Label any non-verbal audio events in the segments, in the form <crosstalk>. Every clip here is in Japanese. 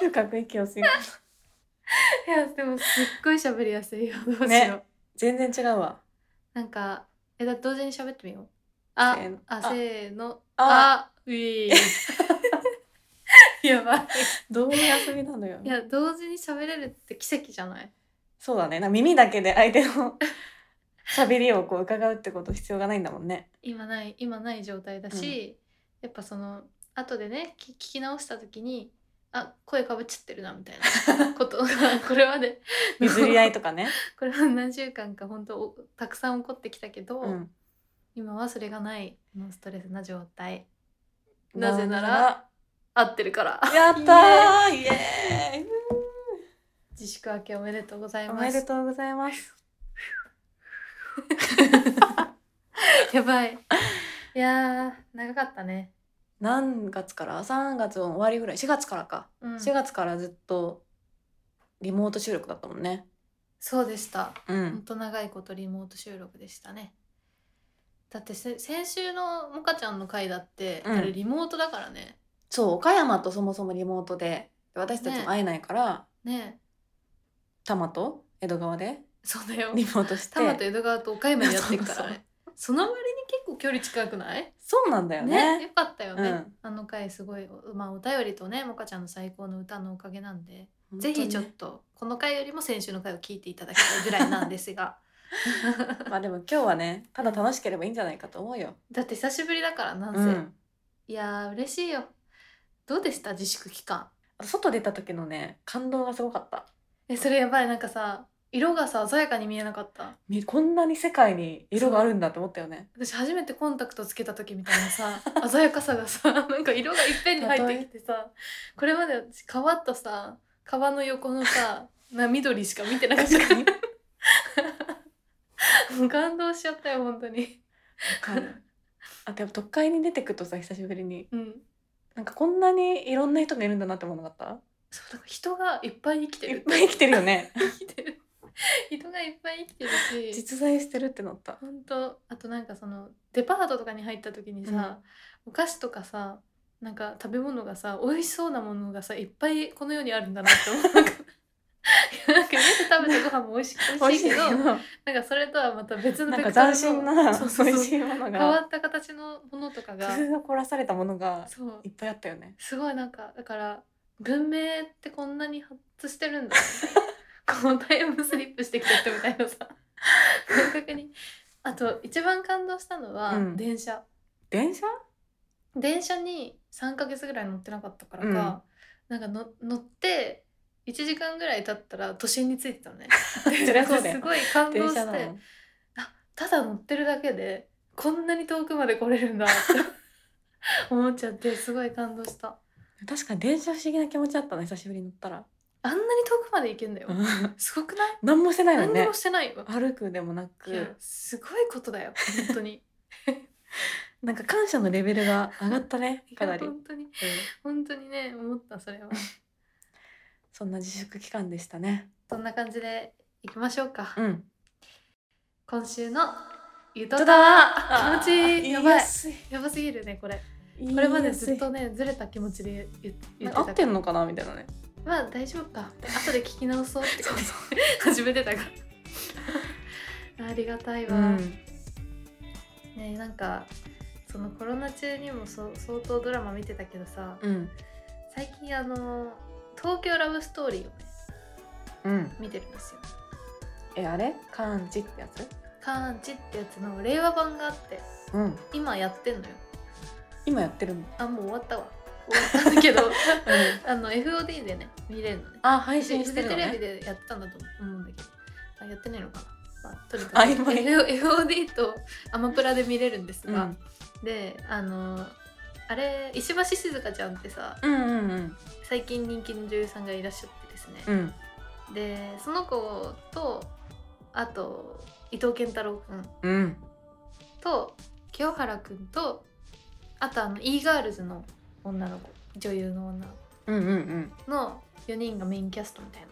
深く息を吸い込んだいやでもすっごい喋りやすいよどうしよう、ね <laughs> 全然違うわなんかえだ同時に喋ってみようあせーのああせーのあ <laughs> あういやばいどういう遊びなのよいや同時に喋れるって奇跡じゃないそうだねなんか耳だけで相手 <laughs> の喋りをこう伺うってこと必要がないんだもん <laughs> ね今ない今ない状態だし、やっぱその後でねき聞き直した時にあ声かぶっちゃってるなみたい <laughs> なことがこれまで譲り合いとかね、これは何週間か本当おたくさん起こってきたけど、うん、今はそれがないノンストレスな状態なぜなら合ってるからやったーイエーイ自粛明けおめでとうございおまめですとうございます <laughs> やばいいやー長かったね、何月から3月の終わりぐらい4月からか、うん、 4月からずっとリモート収録だったもんねそうでしたうほんんと長いことリモート収録でしたねだってせ先週のもかちゃんの回だって、うんあれリモートだからねそう岡山とそもそもリモートで私たちも会えないから、ね多摩と江戸川でそうだよリモートして多摩と江戸川と岡山でやってるからね <laughs> そそそううの割に結構距離近くないそうなんだよねねよかったよね、うんあの回すごい、まあ、お便りとねもかちゃんの最高の歌のおかげなんでぜひちょっ本とこの回よりも先週の回を聞いていただきたいぐらいなんで <laughs> すが当にまあでも今日はねただ楽しければいいんじゃないかと思うよ、だって久しぶりだからなんせ、うん、いやー嬉しいよどうでした自粛期間外出た時のね感動がすごかったえそれやばいなんかさ色がさ鮮やかに見えなかったみこんなに世界に色があるんだと思ったよね私初めてコンタクトつけた時みたいなさ <laughs> 鮮やかさがさなんか色がいっぺんに入ってきてさこれまで私川とさ川の横のさな緑しか見てなかった確かにわもう <laughs> 感動しちゃったよ本当にかるあとやっぱ都会に出てくとさ久しぶりにうんなんかこんなにいろんな人がいるんだなって思わなかったそうだから人がいっぱい生きているっぱい生きてるよね生きて <laughs> る人がいっぱい生きてるし実在してるってなった本当あとなんかそのデパートとかに入った時にさ、お菓子とかさなんか食べ物がさ美味しそうなものがさいっぱいこの世にあるんだなって思うなんか <laughs> なんか家で食べたご飯も美味し美味しいけどなんかそれとはまた別のなんベかクトルの斬新なそうそう美味そうしいもの変わがった形のものとか工が <laughs> 夫が凝らされたものがそういっぱいあったよねすごいなんかだから文明ってこんなに発達してるんだ <laughs> こうタイムスリップしてきた人みたいなさ感覚にあと一番感動したのはうん電車、電 <laughs> 車電車に3ヶ月ぐらい乗ってなかったからか、なんかの乗って1時間ぐらい経ったら都心に着いてたのね <laughs> そりゃそうだよすごい感動電し車なてのあただ乗ってるだけでこんなに遠くまで来れるんだって <laughs> 思っちゃってすごい感動した確かに電車不思議な気持ちだったの久しぶりに乗ったらあんなに遠くまで行けんだよすごくない <laughs> 何もしてないの何にねもしてないわ、歩くでもないやくすごいことだよ本当になんか感謝のレベルが上がった <laughs> ね <laughs> いかなやり、うん本当に本当にね思ったそれはそんな自粛期間でしたねそんな感じで行きましょうか、うん今週のゆとたただ気持ちいいやばいいやばすぎるねこれここれまでずっとねずれた気持ちで言言ってた合ってんのかなみたいなねまあ大丈夫か後で聞き直そうっ <laughs> てそう感じ <laughs> 始めてたから <laughs> ありがたいわ、ねなんかそのコロナ中にもそう相当ドラマ見てたけどさうん最近あの東京ラブストーリーをねうん見てるんですよえあれ感じってやつカーンチってやつの令和版があってうん今やってんのよ今やってるの、あもう終わったわ終わったんだ <laughs> けどあの FOD でね見れるのねあ配フ信ジしてテるのレビねでやってたんだと思うんだけどあやってないのかな、まあ、とにかく曖昧 F- FOD とアマプラで見れるんですうが、んであのあれ石橋静香ちゃんってさうんうんうん最近人気の女優さんがいらっしゃってですね、うんでその子とあと伊藤健太郎くんうんと清原くんとあとあの e ガールズの女の子女優の女のうんうんうん子の4人がメインキャストみたいな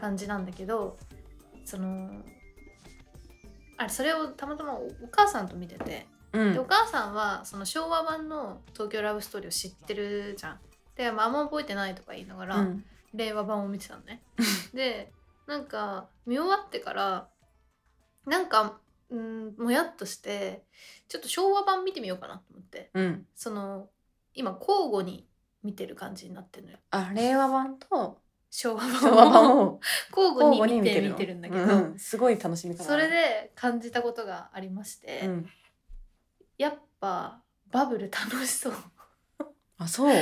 感じなんだけどそのあれそれをたまたまおお母さんと見てて、うんでお母さんはその昭和版の「東京ラブストーリー」を知ってるじゃんでまああんま覚えてないとか言いながら、うん令和版を見てたのねでなんか見終わってからなんかうんもやっとしてちょっと昭和版見てみようかなと思ってうんその今交互に見てる感じになってるのよあ令和版と <laughs> 昭和版を昭和版を交交互互にに見見てて見るてのるんだけど、うんうんすごい楽しみ方だそなれで感じたことがありまして、うん、やっぱバブル楽しそうあそう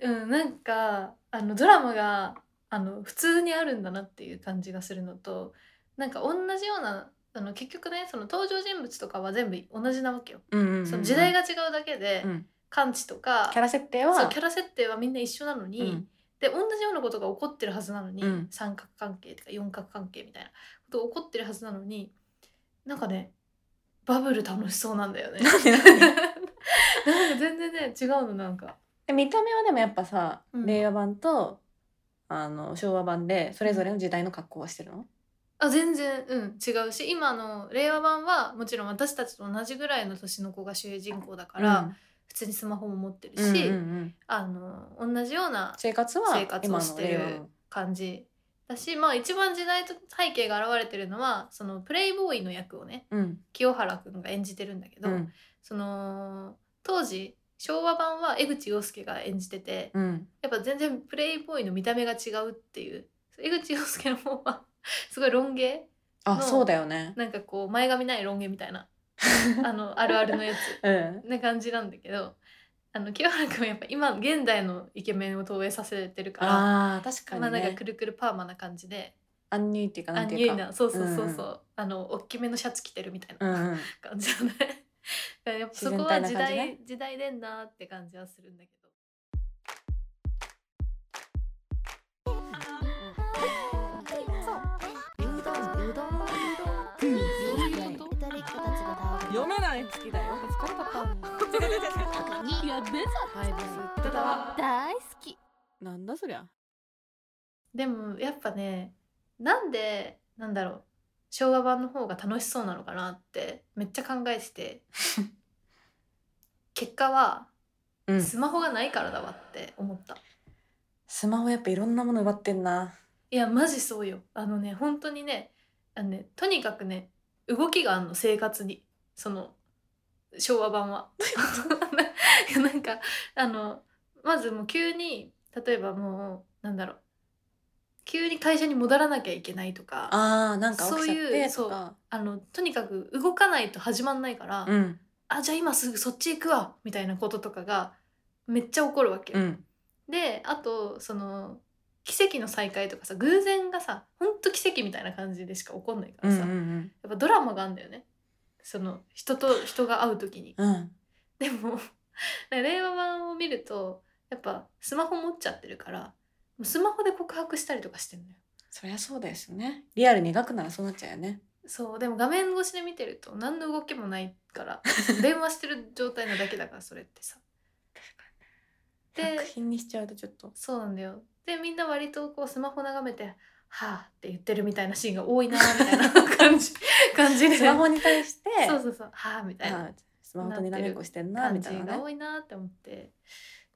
うん、なんかあのドラマがあの普通にあるんだなっていう感じがするのとなんか同じようなあの結局ねその登場人物とかは全部同じなわけよ、うんうんうんその時代が違うだけで、うん完治とかキャラ設定そうはキャラ設定はみんな一緒なのに、うんで同じようなことが起こってるはずなのに、うん三角関係とか四角関係みたいなことが起こってるはずなのになんかねバブル楽しそうなんだよね。なんでなんでなんか <laughs> 全然ね違うのなんか。 <laughs> で見た目はでもやっぱさ、うん令和版とあの昭和版でそれぞれの時代の格好はしてるの、あ全然うん違うし今の令和版はもちろん私たちと同じぐらいの年の子が主人公だから、普通にスマホも持ってるうん、し、うんうんうんあの同じような生活は生活をしてる今の令和の感じだしまあ一番時代と背景が現れてるのはそのプレイボーイの役をねうん清原くんが演じてるんだけど、うんその当時昭和版は江口洋介が演じてて、うんやっぱ全然プレイボーイの見た目が違うっていう江口洋介の方はすごいロン毛あのそうだよねなんかこう前髪ないロン毛みた <laughs> いなあのあるあるのやつうんな感じなんだけどあの清原君はやっぱ今現代のイケメンを投影させてるからあー確かにまあね、なんかくるくるパーマな感じでアンニュイっていうかアなんンてニいュうイかなそうそうそうそうう、あの大きめのシャツ着てるみたいうんなうん感じ <laughs> だね、だからやっぱそこは自時然体な感じ代、ね時代でんなーって感じはするんだけど。うどんうどんうどんどういうこと誰かたちが食べる読めない好きだよ疲れた <laughs> やべ大好きなんだそりゃでもやっぱねなんでなんだろう昭和版の方が楽しそうなのかなってめっちゃ考え <laughs> てて結果はうんスマホがないからだわって思った、スマホやっぱいろんなもの奪ってんないやマジそうよあのね本当にねあのねとにかくね動きがあんの生活にその昭和版は <laughs> いやなんかあのまずもう急に例えばもうなんだろう急に会社に戻らなきゃいけないとかあーなんか起きちゃってそうというかあのとにかく動かないと始まんないから、うんあじゃあ今すぐそっち行くわみたいなこととかがめっちゃ起こるわけよ。うんであとその奇跡の再会とかさ偶然がさほんと奇跡みたいな感じでしか起こんないかうんらうさ、んやっぱドラマがあんだよねその人と人が会う時に。 <laughs> うんうんでも令和版を見るとやっぱスマホ持っちゃってるからもうスマホで告白したりとかしてんのよ。そりゃそうですよねリアルに描くならそうなっちゃうよねそうでも画面越しで見てると何の動きもないから <laughs> 電話してる状態なだけだからそれってさ。で作品にしちゃうとちょっ <laughs> とそうなんだよでみんな割とこうスマホ眺めて「はあ」って言ってるみたいなシーンが多いなみ <laughs> たいな感じ感じでスマホに対してそうそうそう「はあ」みたいあなースマホとにらめっこしてんな感みたじいながね多いなって思って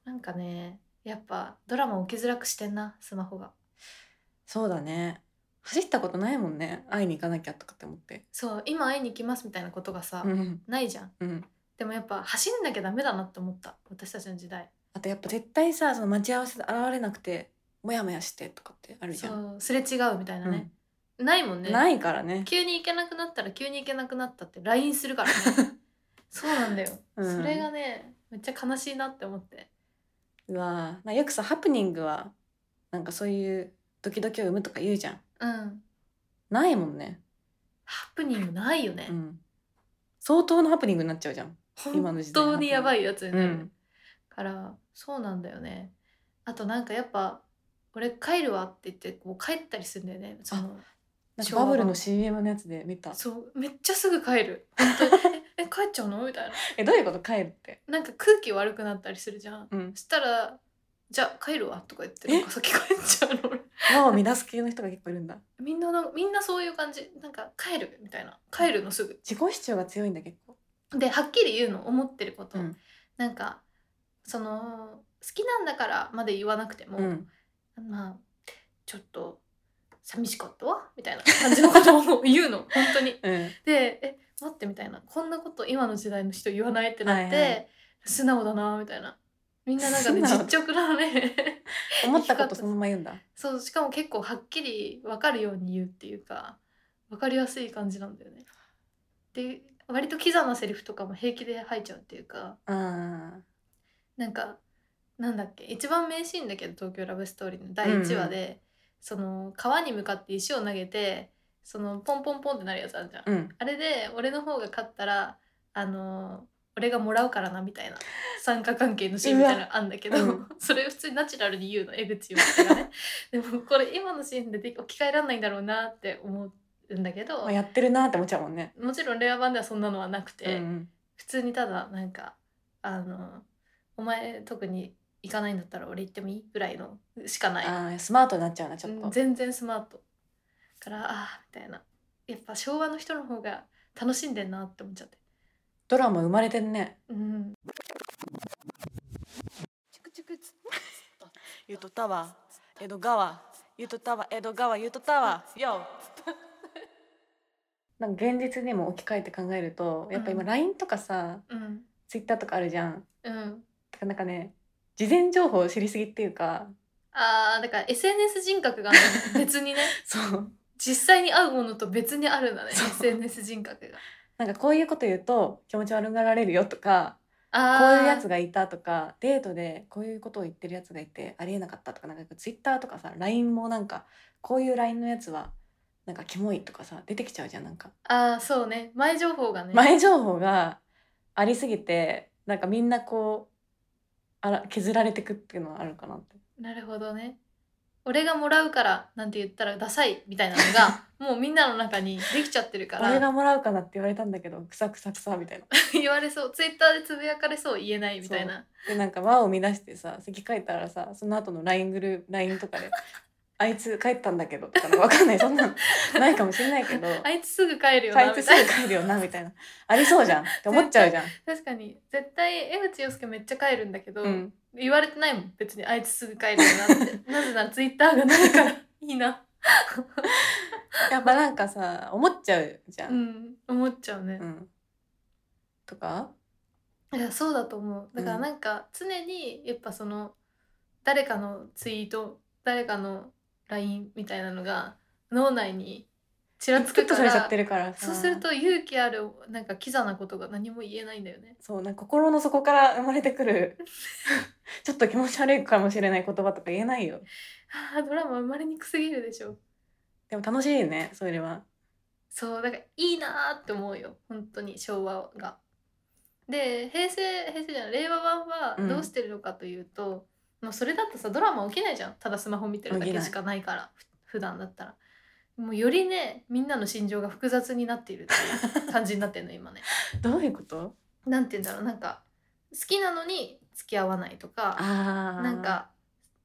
なんかねやっぱドラマ起きづらくしてんなスマホが。そうだね走ったことないもんね会いに行かなきゃとかって思ってそう今会いに行きますみたいなことがさ、うんないじゃんうんでもやっぱ走んなきゃダメだなって思った私たちの時代。あとやっぱ絶対さその待ち合わせで現れなくてモヤモヤしてとかってあるじそゃん、うすれ違うみたいなね、ないもんねないからね急に行けなくなったら急に行けなくなったって LINE す <laughs> るからねそうなんだよ、うんそれがねめっちゃ悲しいなって思ってうわーまあよくさハプニングはなんかそういうドキドキを生むとか言うじゃんうんないもんね、ハプニングないよね、うん、相当のハプニングになっちゃうじゃん今の本時代当にやばいやつになる、うんからそうなんだよねあとなんかやっぱ俺帰るわって言ってこう帰ったりするんだよねそのなんか昭和バ版ブルの CM のやつで見たそうめっちゃすぐ帰 <laughs> る本当にええ帰っちゃうのみたいなえどういうこと帰るってなんか空気悪くなったりするじゃんうんそしたら「じゃあ帰るわ」とか言ってなんか先帰っちゃうの俺 <laughs> <laughs> 輪を乱す系の人が結構いるんだみんななんみんなそういう感じなんか帰るみたいな帰るのすぐ自己主張が強いんだ結構ではっきり言うの思ってること、うんなんかそのきなんだからまで言わなくても、うん、まあちょっと寂しかったわみたいな感じのことを言う <laughs> の本当に。うん、で「え待って」みたいなこんなこと今の時代の人言わないってなって、はいはい素直だなみたいなみんななんかね素直実直なのね思ったことそのまま言うん <laughs> だそうしかも結構はっきり分かるように言うっていうか分かりやすい感じなんだよね。で割とキザなセリフとかも平気で吐いちゃうっていうかあなんかなんだっけ一番名シーンだけど「東京ラブストーリー」の第1話で、その川に向かって石を投げてそのポンポンポンってなるやつあるじゃん。ーうんあれで俺の方が勝ったらあの俺がもらうからな <laughs> みたいな参加関係のシーンみたいなのあんだけど、うん <laughs> それ普通にナチュラルに言うの江口洋介 <laughs> がねでもこれ今のシーンでで置き換えられないんだろうなって思うんだけどまあ、やってるなって思っちゃうもんね、もちろん令和版ではそんなのはなくて、うん普通にただなんかあのお前特に行かないんだったら俺行ってもいいぐらいのしかないあースマートになっちゃうなちょっと、うん全然スマートからああみたいなやっぱ昭和の人の方が楽しんでんなって思っちゃって。ドラマ生まれてんねうん、ゆとたわ、江戸川、ゆとたわ、江戸川、ゆとたわ、よ。 <laughs> なんか現実にも置き換えて考えるとやっぱ今うん LINE とかさ、うん、 Twitter とかあるじゃんうん、だからなんかね事前情報を知りすぎっていうかあーだから SNS 人格 <laughs> があるの別にねそう実際に会うものと別にあるんだねそう SNS 人格がなんかこういうこと言うと気持ち悪がられるよとかこあうーいうやつがいたとかデートでこういうことを言ってるやつがいてありえなかったとかなんか Twitter とかさ LINE もなんかこういう LINE のやつはなんかキモいとかさ出てきちゃうじゃんなんかあーそうね前情報がね前情報がありすぎてなんかみんなこうあら削られてくっていうのはあるかなってなるほどね俺がもらうからなんて言ったらダサいみたいなの <laughs> がもうみんなの中にできちゃってるか俺がらもらうかなって言われたんだけどくさくさくさみたいな言われそうツイッターでつぶやかれそう言えないみたいなでなんか輪を乱してさ席帰ったらさその後の LINE グループ LINE とかで「あいつ帰ったんだけど」とかわかんないそんなのないかもしれないけ <laughs> どあいつすぐ帰るよあないつみすたいぐな帰るよなみたいなありそうじゃんって思っちゃうじゃん。確かに絶対江口洋介めっちゃ帰るんだけど、うん、言われてないもん別にあいつすぐ帰るよなって <laughs> なぜならツイッターがないからいいなやっぱなんかさ思っちゃうじゃ。うんん思っちゃうねう、んとかいやそうだと思うだからうんなんか常にやっぱその誰かのツイート誰かの LINE みたいなのが脳内にちらつ作っくとかされちゃっらてるからさそうすると勇気あるなんかキザなことが何も言えないんだよねそうなんか心の底から生まれてくる <laughs> ちょっと気持ち悪いかもしれない言葉とか言えないよ。あードラマ生まれにくすぎるでしょでも楽しいねそれは。そうだからいいなーって思うよ本当に昭和が。で平成平成じゃない令和版はうんどうしてるのかというと、もうそれだとさドラマ起きないじゃんただスマホ見てるだ起きけないしかないからふ普段だったら。もうよりねみんなの心情が複雑になっているっ <laughs> ていう感じになってるの今ね。どういうことなんて言うんだろうなんか好きなのに付き合わないとかあーなん、か、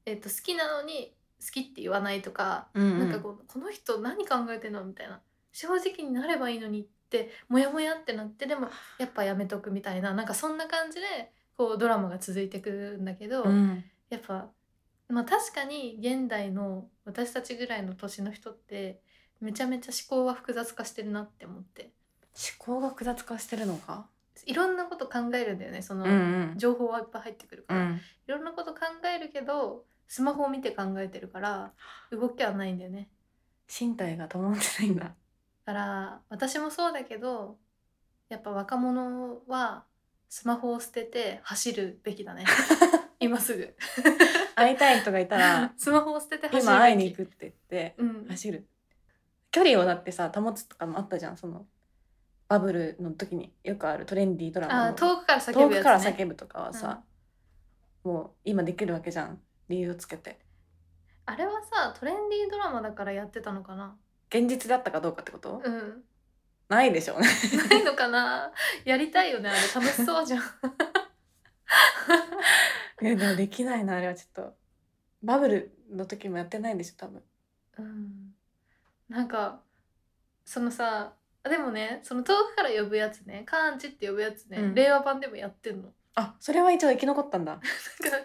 えっと好きなのに好きって言わないとかうんうんなんかこうこの人何考えてんのみたいな正直になればいいのにってモヤモヤってなってでもやっぱやめとくみたいななんかそんな感じでこうドラマが続いてくるんだけど、うんやっぱまあ確かに現代の私たちぐらいの年の人ってめちゃめちゃ思考は複雑化してるなって思って思考が複雑化してるのか。いろんなこと考えるんだよねその、ん情報はいっぱい入ってくるうから、いん。ろんなこと考えるけどスマホを見て考えてるから動きはないんだよね。身体が伴ってないんだ。だから私もそうだけどやっぱ若者はスマホを捨てて走るべき <laughs> だね今すぐ <laughs> 会いたい人がいた <laughs> ら <laughs> スマホを捨てて走るべき今会いに行くって言ってうん、走る。距離をだってさ保つとかもあったじゃんそのバブルの時によくあるトレンディードラマあの遠くから叫ぶ遠やつ、ね、くから叫ぶとかはさ、もう今できるわけじゃん理由をつけてあれはさトレンディードラマだからやってたのかな現実だったかどうかってこと、うんないでしょうね <laughs> ないのかな <laughs> やりたいよねあれ楽しそう <laughs> じゃんいやでもできないなあれはちょっとバブルの時もやってないんでしょ多分うんなんかそのさでもねその遠くから呼ぶやつねカーンチって呼ぶやつね、うん令和版でもやってんのあそれは一応生き残ったんだなんか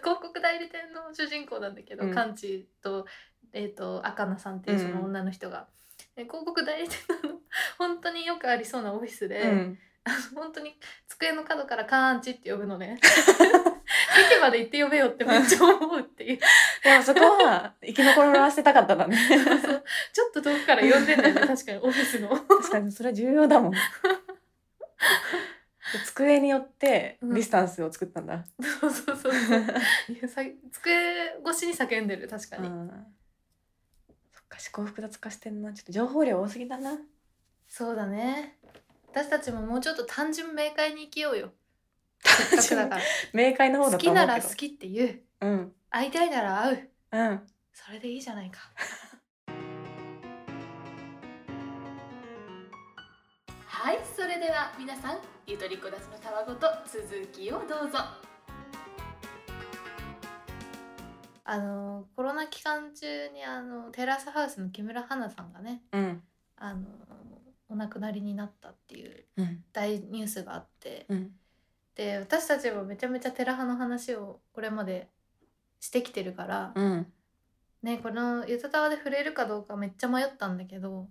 <laughs> 広告代理店の主人公なんだけど、うんカンチと,、えー、と赤菜さんっていうその女の人が、で広告代理店の <laughs> 本当によくありそうなオフィスで、うんあの <laughs> 本当に机の角から「カンチ」って呼ぶのね駅まで行って呼べよってめっちゃ思うっていうでもそこは生き残らせたかったんだね <laughs> ちょっと遠くから呼んでん <laughs> だよね確かにオフィスの確かにそれは重要だ <laughs> もんで机によってうんディスタンスを作ったんだ、そうそうそうそういやさ机越しに叫んでる確かうに、んそっか思考複雑化してんなちょっと情報量多すぎだなそうだね私たちももうちょっと単純明快に生きようよせっ単か純くだから明快の方好だきと思なうけらど好きって言ううん会いたいなら会ううんそれでいいじゃないか <laughs> はいそれでは皆さんゆとりこだつのたわごと続きをどうぞあのコロナ期間中にあのテラスハウスの木村花さんがねうんあのお亡くなりになったっていううん大ニュースがあってうんで私たちはめちゃめちゃテラハの話をこれまでしてきてるから、うんねこの「ゆたたわ」で触れるかどうかめっちゃ迷ったんだけど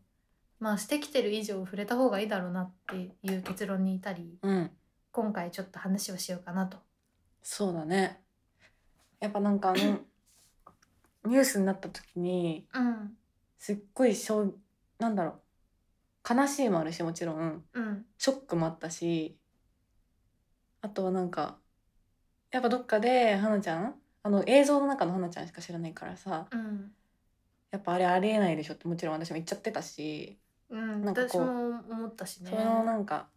まあしてきてる以上触れた方がいいだろうなっていう結論に至りうん今回ちょっと話をしようかなと。そうだねやっぱなんかあのニュースになった時にうんすっごいしょうなんだろう悲しいもあるしもちろんうんショックもあったしあとはなんかやっぱどっかで花ちゃんあの映像の中の花ちゃんしか知らないからさうんやっぱあれありえないでしょってもちろん私も言っちゃってたし、うん、なんか私こうも思ったしねそのなんか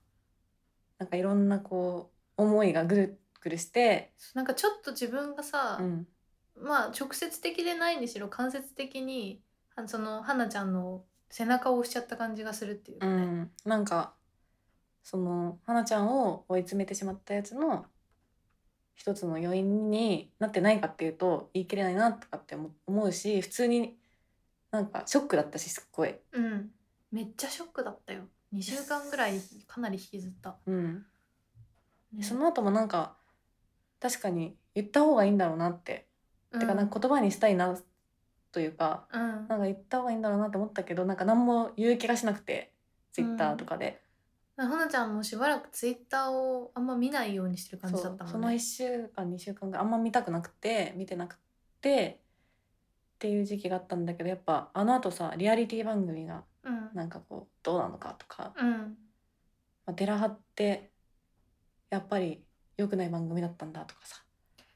なんかいろんなこう思いがぐるぐるして、なんかちょっと自分がさ、うん、まあ直接的でないにしろ間接的にあその花ちゃんの背中を押しちゃった感じがするっていううかね、ん、なんかその花ちゃんを追い詰めてしまったやつの一つの要因になってないかっていうと言い切れないなとかって思思うし普通になんかショックだったしすっごい、うん、めっちゃショックだったよ2週間ぐらいかなり引きずった、うん、ねその後もなんか確かに言った方がいいんだろうなって、うんてかなんか言葉にしたいなというかうんなんか言った方がいいんだろうなって思ったけどなんか何も言う気がしなくてツイッターとかで、ほなちゃんもしばらくツイッターをあんま見ないようにしてる感じだったそうそもんの1ね。週間2週間があんま見たくなくて見てなくてっていう時期があったんだけどやっぱあのあとさリアリティ番組がうんなんかこうどうなのかとか、うんまあ、デラハってやっぱり良くない番組だったんだとかさ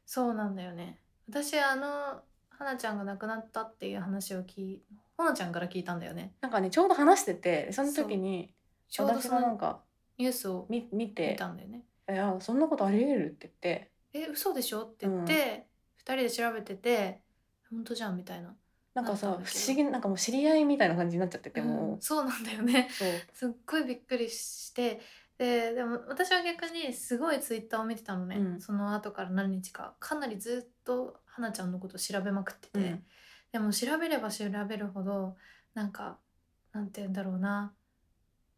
そうなんだよね。私あのほなちゃんが亡くなったっていう話を聞いほなちゃんから聞いたんだよね。なんかねちょうど話しててその時にちょうど私そがなんのかニュースを見見見てたんだよね。 「いやそんなことあり得る」って言ってえ嘘でしょって言って、二2人で調べてて本当じゃんみたいな。なんかさな不ったんだけど思議なんかもう知り合いみたいな感じになっちゃっててもう、うんそうなんだよね。そうすっごいびっくりしてででも私は逆にすごいツイッターを見てたのね、うんその後から何日かかなりずっと花ちゃんのことを調べまくってて、うんでも調べれば調べるほどなんかなんて言うんだろうな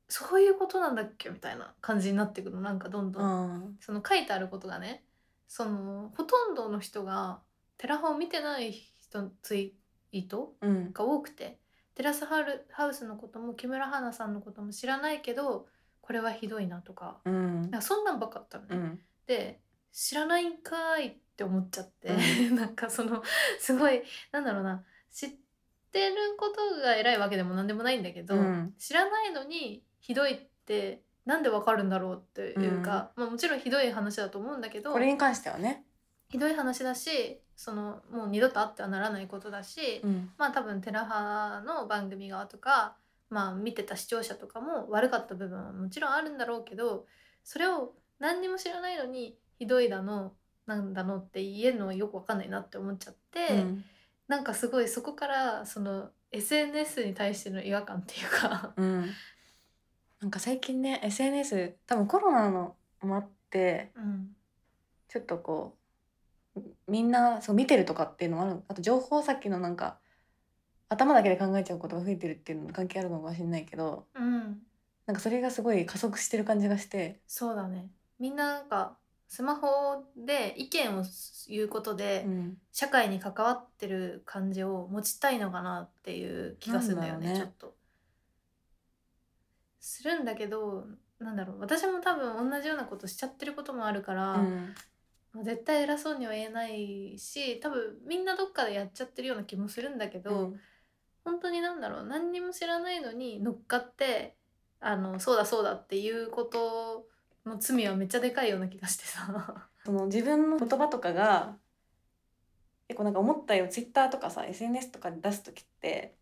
そういうことなんだっけみたいな感じになってくるのなんかどんどん、うんその書いてあることがねそのほとんどの人がテラフォを見てない人のツイートうんが多くてテラスハルハウスのことも木村花さんのことも知らないけどこれはひどいなとかうんなんかそんなんばっかだったのね。うんで知らないんかーいって思っちゃって、う <laughs> なんかそのすごいなんだろうな知ってることが偉いわけでも何でもないんだけど、うん知らないのにひどいってなんでわかるんだろうっていうか、まあ、もちろんひどい話だと思うんだけどこれに関してはね、ひどい話だしそのもう二度とあってはならないことだし、うんまあ多分テラハの番組側とか、まあ、見てた視聴者とかも悪かった部分はもちろんあるんだろうけどそれを何にも知らないのにひどいだのなんだのって言えるのはよくわかんないなって思っちゃって、うんなんかすごいそこからその SNS に対しての違和感ってい <laughs> うかうん、なんか最近ね SNS 多分コロナのもあってうんちょっとこうみんなそう見てるとかっていうのもあるあと情報さっきのなんか頭だけで考えちゃうことが増えてるっていうのも関係あるのかもしれないけどうんなんかそれがすごい加速してる感じがしてそうだねみんななんかスマホで意見を言うことで、うん社会に関わってる感じを持ちたいのかなっていう気がするんだよねなんだろうちねょっと。するんだけどなんだろう私も多分同じようなことしちゃってることもあるから、うんもう絶対偉そうには言えないし多分みんなどっかでやっちゃってるような気もするんだけど、うん本当になんだろう何にも知らないのに乗っかってあのそうだそうだっていうことの罪はめっちゃでかいような気がしてさ。 <laughs> その自分の言葉とかが結構なんか思ったよりツイッターとかさ SNS とかで出す時って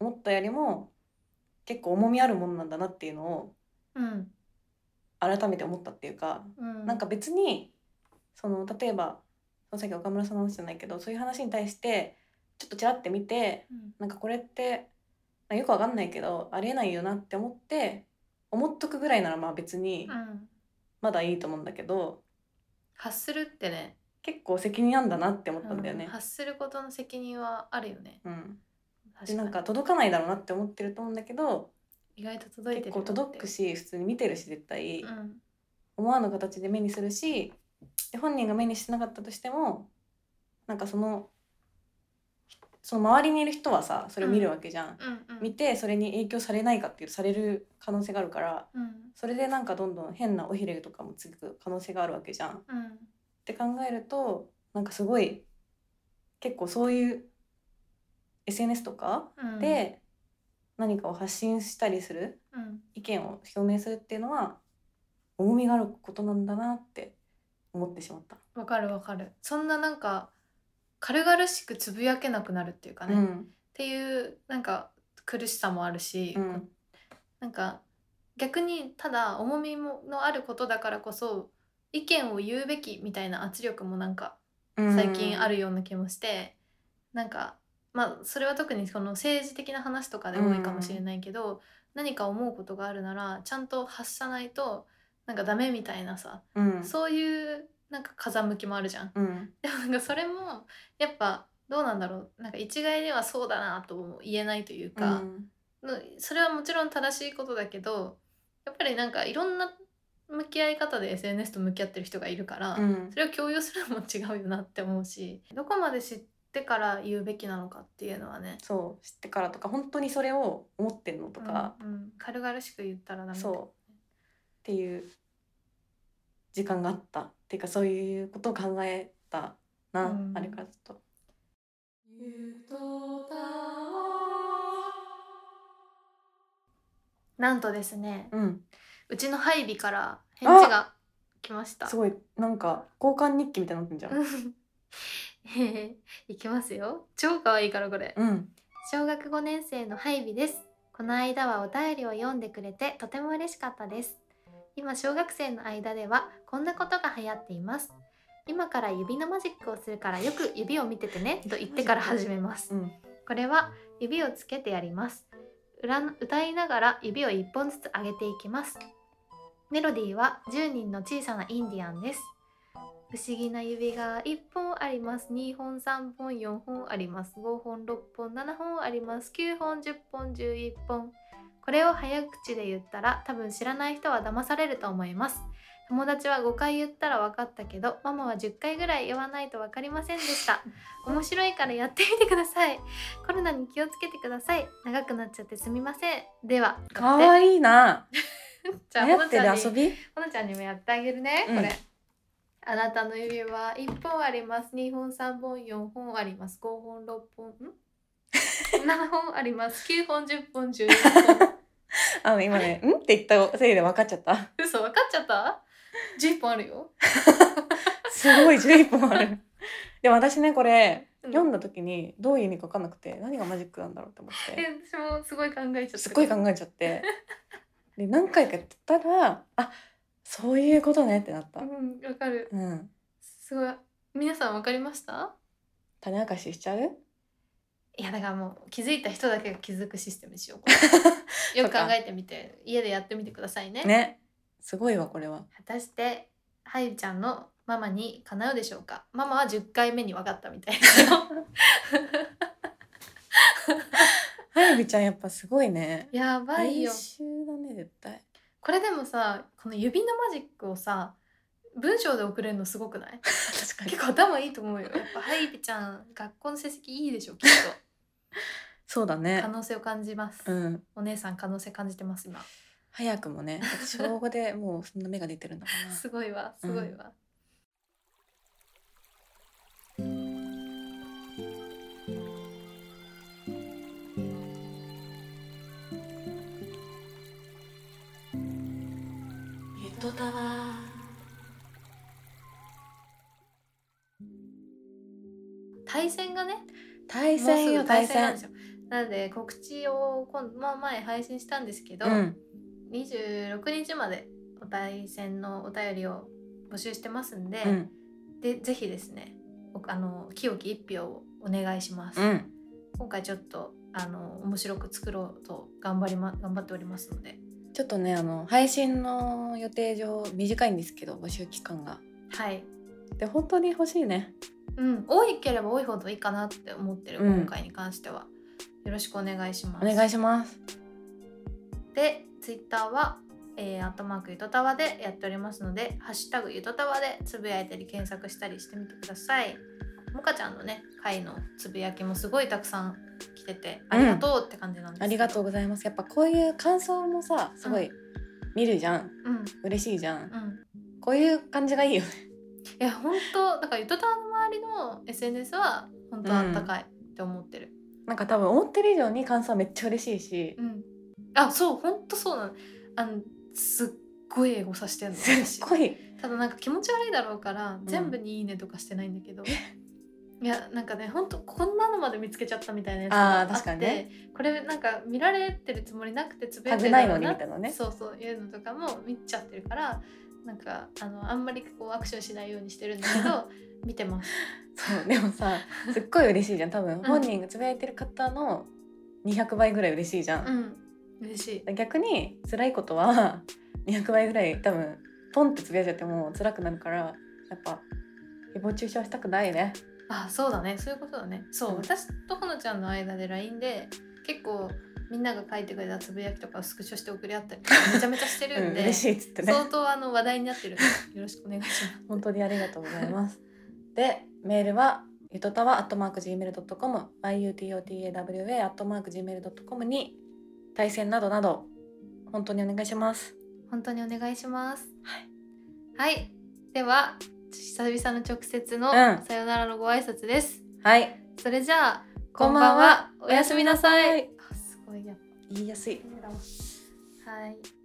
思ったよりも結構重みあるものなんだなっていうのをうん、改めて思ったっていうかうん、なんか別にその例えばそのさっき岡村さんの話じゃないけどそういう話に対してちょっとちらって見てうん、なんかこれってなんかよくわかんないけどありえないよなって思って思っとくぐらいならまあ別にうん、まだいいと思うんだけど発するってね結構責任なんだなって思ったんだようねん。発することの責任はあるよねうん、確でになんか届かないだろうなって思ってると思うんだけど意外と届いて結る構届くし、し普通に見てるし絶対、うん、思わぬ形で目にするしで本人が目にしてなかったとしてもなんかそのその周りにいる人はさそれを見るわけじゃん、うんうん見てそれに影響されないかっていうとされる可能性があるからうんそれでなんかどんどん変な尾ひれとかもつく可能性があるわけじゃん。っうんて考えるとなんかすごい結構そういう SNS とかうん、で何かを発信したりするうん、意見を表明するっていうのは重みがあることなんだなって思ってしまった。わかるわかるそんななんか軽々しくつぶやけなくなるっていうかね、うっんていうなんか苦しさもあるし、うんなんか逆にただ重みものあることだからこそ意見を言うべきみたいな圧力もなんか最近あるような気もして、なんかまあそれは特にこの政治的な話とかで多いかもしれないけど、何か思うことがあるならちゃんと発さないとなんかダメみたいなさ、うんそういうなんか風向きもあるじゃん。うんでもなんかそれもやっぱどうなんだろうなんか一概にはそうだなとも言えないというか、のそれはもちろん正しいことだけどやっぱりなんかいろんな向き合い方で SNS と向き合ってる人がいるから、うんそれを共有するのも違うよなって思うしどこまで知ってから言うべきなのかっていうのはねそう知ってからとか本当にそれを思ってんのとか、うんうん軽々しく言ったらダメだそうっていう時間があったっていうかそういうことを考えたな、うんあれからずっと。なんとですねうん、うちのハイビから返事が来ましたす <laughs> ごいなんか交換日記みたいになってんじゃん。いきますよ超可愛いからこれうん、小学5年生のハイビですこの間はお便りを読んでくれてとても嬉しかったです今小学生の間ではこんなことが流行っています今から指のマジックをするからよく指を見ててねと言ってから始めますうん、これは指をつけてやります裏の歌いながら指を1本ずつ上げていきますメロディーは10人の小さなインディアンです不思議な指が1本あります2本3本4本あります5本6本7本あります9本10本11本これを早口で言ったら多分知らない人は騙されると思います友達は5回言ったら分かったけどママは10回ぐらい言わないと分かりませんでした面白いからやってみてくださいコロナに気をつけてください長くなっちゃってすみませんではかわいいいな。じゃあ流ほ行のっちてゃんるに遊び。ほのちゃんにもやってあげるね、うんこれあなたの指は1本あります2本3本4本あります5本6本 <laughs> ん7本あります9本10本11本 <laughs> あの今ね、うんって言ったせいで分かっちゃっ <laughs> た。嘘分かっちゃった11本あるよ、すごい11本ある。でも私ねこれうん読んだ時にどういう意味か分かんなくて何がマジックなんだろうって思っえて私もすごい考えちゃったすっごい考えちゃってで何回かやったらあそういうことねってなった。うんわかるうん。すごい皆さんわかりました種明かししちゃう？いやだからもう気づいた人だけが気づくシステムにしようこ <laughs> れよく考えてみて家でやってみてくださいねね。すごいわこれは。果たしてハイちゃんのママにかなうでしょうかママは10回目に分かったみたいですよ <laughs> はやびちゃんやっぱすごいね。やばいよ <laughs> 練習だね絶対。これでもさこの指のマジックをさ文章で送れるのすごくない <laughs> 確かに結構頭いいと思うよやっぱ「はいぴちゃん学校の成績いいでしょきっそうだ <laughs> とね可能性を感じます、うんお姉さん可能性感じてます今早くもねだって小5でもうそんな芽が出てるんだか <laughs> らすごいわすごいわ、ゆとたわ対戦がね対戦もうよすぐ対な戦んですよなので告知を今まあ前配信したんですけど、うん26日までお対戦のお便りを募集してますんで、うんでぜひですねおあの清き一票をお願いします、うん今回ちょっとあの面白く作ろうと頑張りま頑張っておりますのでちょっとねあの配信の予定上短いんですけど募集期間がはいで本当に欲しいねうん多いければ多いほどいいかなって思ってる、うん今回に関してはよろしくお願いしますお願いしますで、ツイッターは、えー、アットマークゆとたわでやっておりますので、ハッシュタグゆとたわでつぶやいたり検索したりしてみてください。もかちゃんのね、回のつぶやきもすごいたくさん来てて、ありがとうって感じなんですけど、ありがとうございますやっぱこういう感想もさすごい見るじゃんうん。うん。嬉しいじゃんうん。こういう感じがいいよねいや、本当だからゆとたわの周りの SNS は、本当あったかいって思ってる。なんか多分思ってる以上に感想はめっちゃ嬉しいしうん。あ、そう、本当そうなの。あの、すっごい英語さしてんの。す私っごいただなんか気持ち悪いだろうから全部に「いいね」とかしてないんだけど、いやなんかねほんとこんなのまで見つけちゃったみたいなやつがああーって確かにねこれなんか見られてるつもりなくてつぶやタグいてなだいろのうになみたいなねそうそういうのとかも見ちゃってるからなんかあのあんまりこうアクションしないようにしてるんだけ <laughs> ど見てますそうでもさすっごい嬉しいじゃん多分本人がつぶやいてる方の200倍ぐらい嬉しいじゃ、うんん嬉しい逆に辛いことは200倍ぐ <laughs> らい多分ポンってつぶやいちゃっても辛くなるからやっぱ誹謗中傷したくないねあそうだねそういうことだねそう、うん私とほのちゃんの間で LINE で結構みんなが書いてくれたつぶやきとかをスクショして送り合った <laughs> りとかめちゃめちゃしてうるんんで、嬉しいっつってね相当あの話題になってるんでよろしくお願いします。本当にありがとうございます。で、メールはゆとたわアットマーク gmail.com、yutotawa アットマーク gmail.com に対戦などなど本当にお願いします。本当にお願いしますはい、では久々の直接のうんさよならのご挨拶です。はい、それじゃあこんばんはこんばんはおやすみなさい。おやすみなさいあすごいやっぱ言いやすい。りだわはい。